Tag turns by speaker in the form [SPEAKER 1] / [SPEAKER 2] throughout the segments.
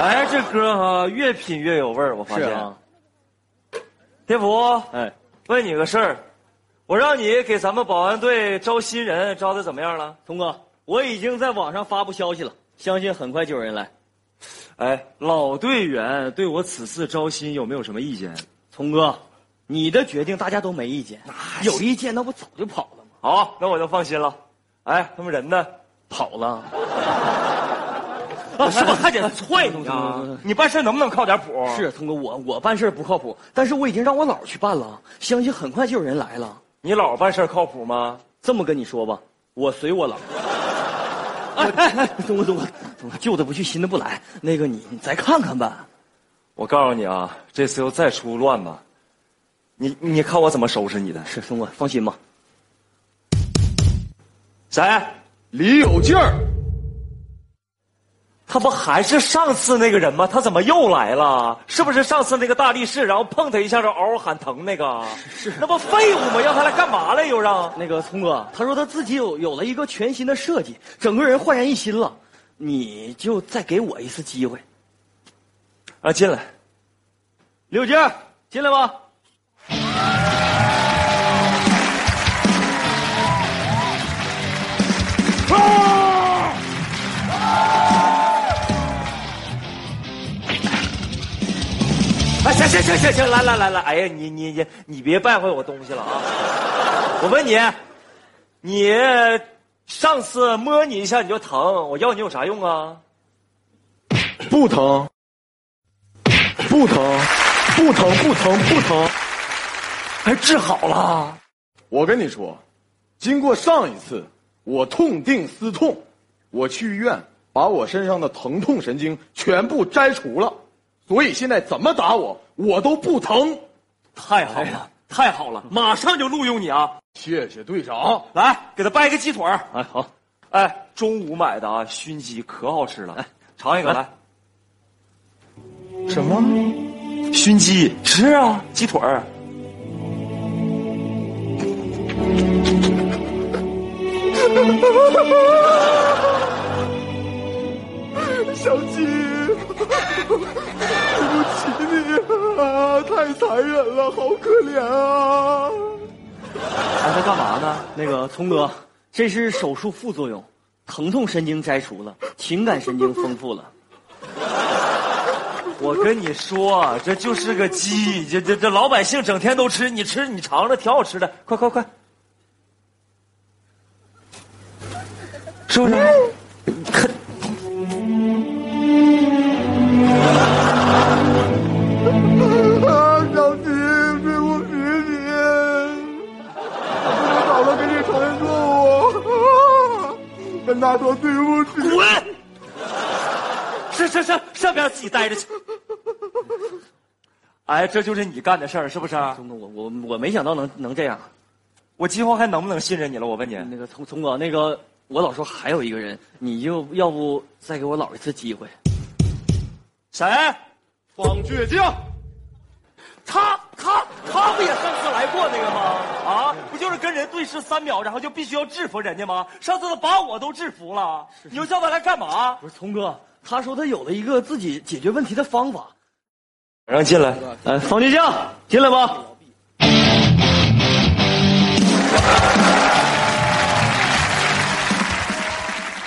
[SPEAKER 1] 哎
[SPEAKER 2] 哎
[SPEAKER 1] 歌哈、越品越有味儿，我发
[SPEAKER 2] 是
[SPEAKER 1] 现。
[SPEAKER 2] 啊，
[SPEAKER 1] 天福，
[SPEAKER 2] 哎，
[SPEAKER 1] 问你个事儿，我让你给咱们保安队招新人，招的怎么样了？
[SPEAKER 2] 童哥，我已经在网上发布消息了，相信很快就有人来。
[SPEAKER 1] 哎，老队员对我此次招新有没有什么意见？
[SPEAKER 2] 童哥，你的决定大家都没意见，有意见那不早就跑了吗？
[SPEAKER 1] 好，那我就放心了。哎，他们人呢？
[SPEAKER 2] 跑了。 啊，什么还得踹你啊？
[SPEAKER 1] 你办事能不能靠点谱？
[SPEAKER 2] 是，啊童哥，我我办事不靠谱，但是我已经让我姥儿去办了，相信很快就有人来了。
[SPEAKER 1] 你老办事靠谱吗？
[SPEAKER 2] 这么跟你说吧，我随我姥儿。哎哎，东哥东哥，东哥，旧的不去，新的不来。那个你，你再看看吧。
[SPEAKER 1] 我告诉你啊，这次又再出乱子，你你看我怎么收拾你的？
[SPEAKER 2] 是东哥，放心吧。
[SPEAKER 1] 谁？
[SPEAKER 3] 李有劲儿，
[SPEAKER 1] 他不还是上次那个人吗？他怎么又来了？是不是上次那个大力士，然后碰他一下就嗷嗷喊疼那个？是，那不废物吗？让他来干嘛来又让？
[SPEAKER 2] 那个聪哥，他说他自己有有了一个全新的设计，整个人焕然一新了。你就再给我一次机会，
[SPEAKER 1] 啊，进来，
[SPEAKER 2] 刘静，进来吧。
[SPEAKER 1] 啊哎，行行行行行，来来来来，哎呀，你你你你别败坏我东西了啊！我问你，你上次摸你一下你就疼，我要你有啥用啊？
[SPEAKER 3] 不疼，不疼，不疼，不疼，不疼。
[SPEAKER 1] 还哎治好了。
[SPEAKER 3] 我跟你说，经过上一次，我痛定思痛，我去医院把我身上的疼痛神经全部摘除了，所以现在怎么打我，我都不疼。
[SPEAKER 1] 太好了，太好了，马上就录用你啊！
[SPEAKER 3] 谢谢队长，
[SPEAKER 1] 来，给他掰个鸡腿儿。
[SPEAKER 2] 哎，好，
[SPEAKER 1] 哎，中午买的啊，熏鸡可好吃
[SPEAKER 2] 哎
[SPEAKER 1] 了，尝一个来。
[SPEAKER 3] 什么？
[SPEAKER 1] 熏鸡是啊，鸡腿儿。
[SPEAKER 3] 小鸡，对不起你啊，太残忍了，好可怜啊！
[SPEAKER 1] 哎，他干嘛呢？
[SPEAKER 2] 那个聪哥，这是手术副作用，疼痛神经摘除了，情感神经丰富了。
[SPEAKER 1] 我跟你说，这就是个鸡，这这这老百姓整天都吃，你吃你尝尝，挺好吃的。快快快，是不是？
[SPEAKER 3] 啊，小鸡，对不起你，我早了给你承认错误，跟他说对不起。
[SPEAKER 1] 滚！是是是，上边自己待着去。哎，这就是你干的事儿，是不是？
[SPEAKER 2] 聪哥，我我我没想到能能这样。
[SPEAKER 1] 我今后还能不能信任你了？我问你，
[SPEAKER 2] 那个聪聪哥，那个我老说还有一个人，你就要不再给我姥一次机会？
[SPEAKER 1] 谁？
[SPEAKER 3] 方倔强。
[SPEAKER 1] 他他他不也上次来过那个吗？啊，不就是跟人对视三秒，然后就必须要制服人家吗？上次他把我都制服了，你又叫他来干嘛？
[SPEAKER 2] 不是聪哥，他说他有了一个自己解决问题的方法。
[SPEAKER 1] 让进来。
[SPEAKER 2] 呃，方倔强，进来吧。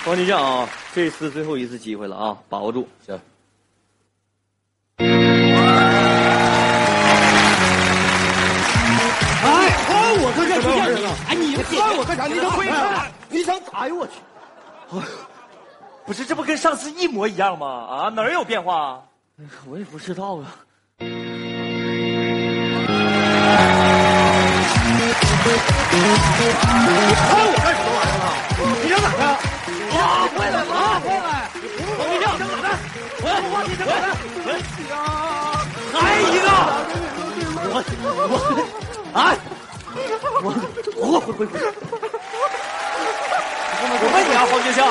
[SPEAKER 2] 方倔强啊，这次最后一次机会了啊，把握住。
[SPEAKER 3] 行，
[SPEAKER 4] 哎，薅我干啥？不要人了！哎，你薅我干啥？你都亏了！你想打？哎呦我去！
[SPEAKER 1] 不是，这不跟上次一模一样吗？啊，哪儿有变化啊？
[SPEAKER 2] 我也不知道啊。
[SPEAKER 4] 薅我干
[SPEAKER 1] 哦
[SPEAKER 4] 什么玩意儿啊？你想咋的？啊，回来了，回来！我跟你讲，想咋的？我要不话你想咋的？
[SPEAKER 1] 啊还一个，
[SPEAKER 2] 哎，我我回回回，
[SPEAKER 1] 我问你啊，黄学校，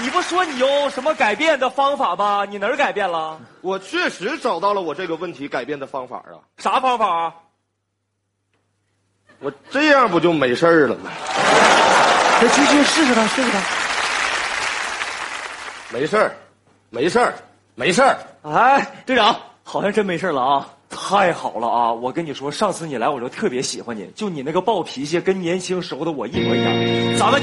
[SPEAKER 1] 你不说你有什么改变的方法吗？你哪儿改变了？
[SPEAKER 5] 我确实找到了我这个问题改变的方法啊！
[SPEAKER 1] 啥方法啊？
[SPEAKER 5] 我这样不就没事儿了吗？
[SPEAKER 1] 来，去去试试他，试试他。
[SPEAKER 5] 没事儿，没事儿，没事儿。
[SPEAKER 2] 哎，队长，好像真没事了啊。
[SPEAKER 1] 太好了啊！我跟你说，上次你来我就特别喜欢你，就你那个暴脾气跟年轻时候的我一模一样。咱们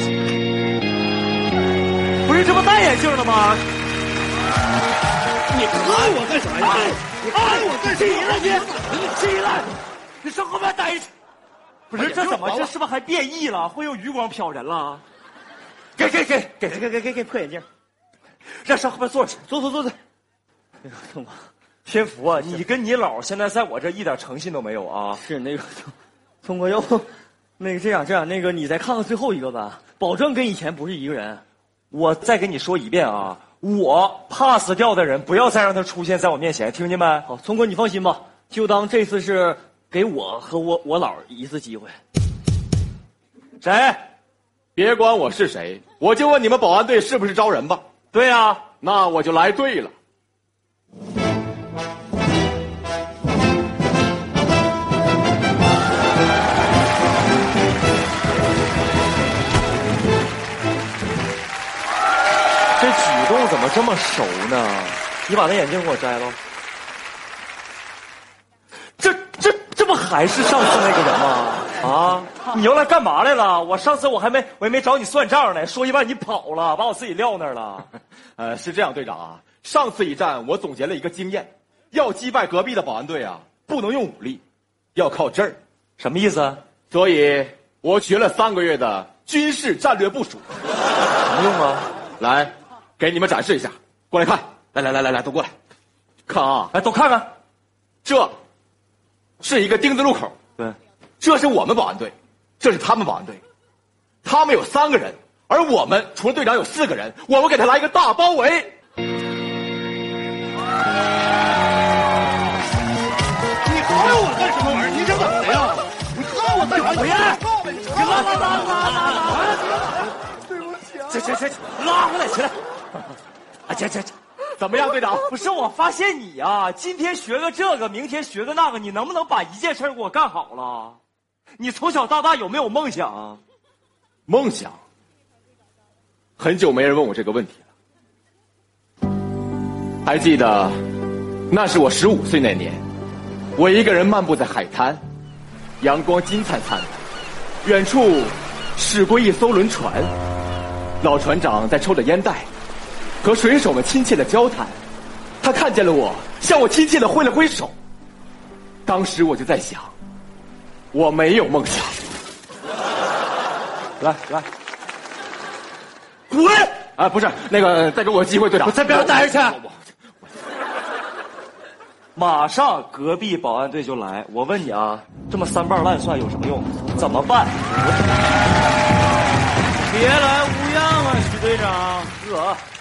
[SPEAKER 1] 不是这不戴眼镜了吗？
[SPEAKER 4] 你拍我干啥呀？你拍我干啥
[SPEAKER 1] 起来
[SPEAKER 4] 呀？
[SPEAKER 1] 你，起来！你上后边待着。不是这怎么这是不是还变异了？会用余光瞟人了？给给给给
[SPEAKER 2] 给给给给给，破眼镜，
[SPEAKER 1] 让上后边坐去。
[SPEAKER 2] 坐坐坐坐。哎呦我的妈！
[SPEAKER 1] 天福啊，你跟你姥现在在我这一点诚信都没有啊！
[SPEAKER 2] 是那个，哎聪哥，要不 那个这样这样，那个你再看看最后一个吧，保证跟以前不是一个人。
[SPEAKER 1] 我再跟你说一遍啊，我 pass 掉的人不要再让他出现在我面前，听见没？
[SPEAKER 2] 好，聪哥你放心吧，就当这次是给我和我我姥儿一次机会。
[SPEAKER 1] 谁？
[SPEAKER 3] 别管我是谁，我就问你们保安队是不是招人吧？
[SPEAKER 1] 对啊呀、
[SPEAKER 3] 那我就来对了。
[SPEAKER 1] 这举动怎么这么熟呢？你把那眼镜给我摘了。这这这不还是上次那个人吗？啊，你又来干嘛来了？我上次我还没我还没找你算账呢，说一半你跑了，把我自己撂那儿 了。
[SPEAKER 3] 呃，是这样，队长啊，上次一战我总结了一个经验，要击败隔壁的保安队啊，不能用武力，要靠这儿。
[SPEAKER 1] 什么意思？啊什
[SPEAKER 3] 所以我学了三个月的军事战略部署，
[SPEAKER 1] 么用啊？
[SPEAKER 3] 来，给你们展示一下。过来看，来来来来来，都过来，看啊，
[SPEAKER 1] 哎来，都看看。
[SPEAKER 3] 这是一个丁字路口，
[SPEAKER 1] 对，
[SPEAKER 3] 这是我们保安队，这是他们保安队，他们有三个人，而我们除了队长有四个人，我们给他来一个大包围。
[SPEAKER 4] 你拍我干什么玩意儿？你这怎么的呀？你拍我干啥？讨厌！
[SPEAKER 1] 拉拉拉拉拉拉！对 不起、啊。这这这，拉回来起来。 啊，这这这，
[SPEAKER 3] 怎么样，队长？
[SPEAKER 1] 不是我发现你啊，今天学个这个，明天学个那个，你能不能把一件事儿给我干好了？你从小到大有没有梦想啊？
[SPEAKER 3] 梦想，很久没人问我这个问题了。还记得，那是我十五岁那年，我一个人漫步在海滩，阳光金灿灿的，远处驶过一艘轮船，老船长在抽着烟袋，和水手们亲切的交谈。他看见了我，向我亲切的挥了挥手。当时我就在想，我没有梦想。
[SPEAKER 1] 来来，
[SPEAKER 3] 滚！啊，不是那个，再给我个机会，队长。我
[SPEAKER 1] 在边上待着去。马上隔壁保安队就来。我问你啊，这么三瓣烂蒜有什么用？怎么办？别来无恙啊，许队长。呵，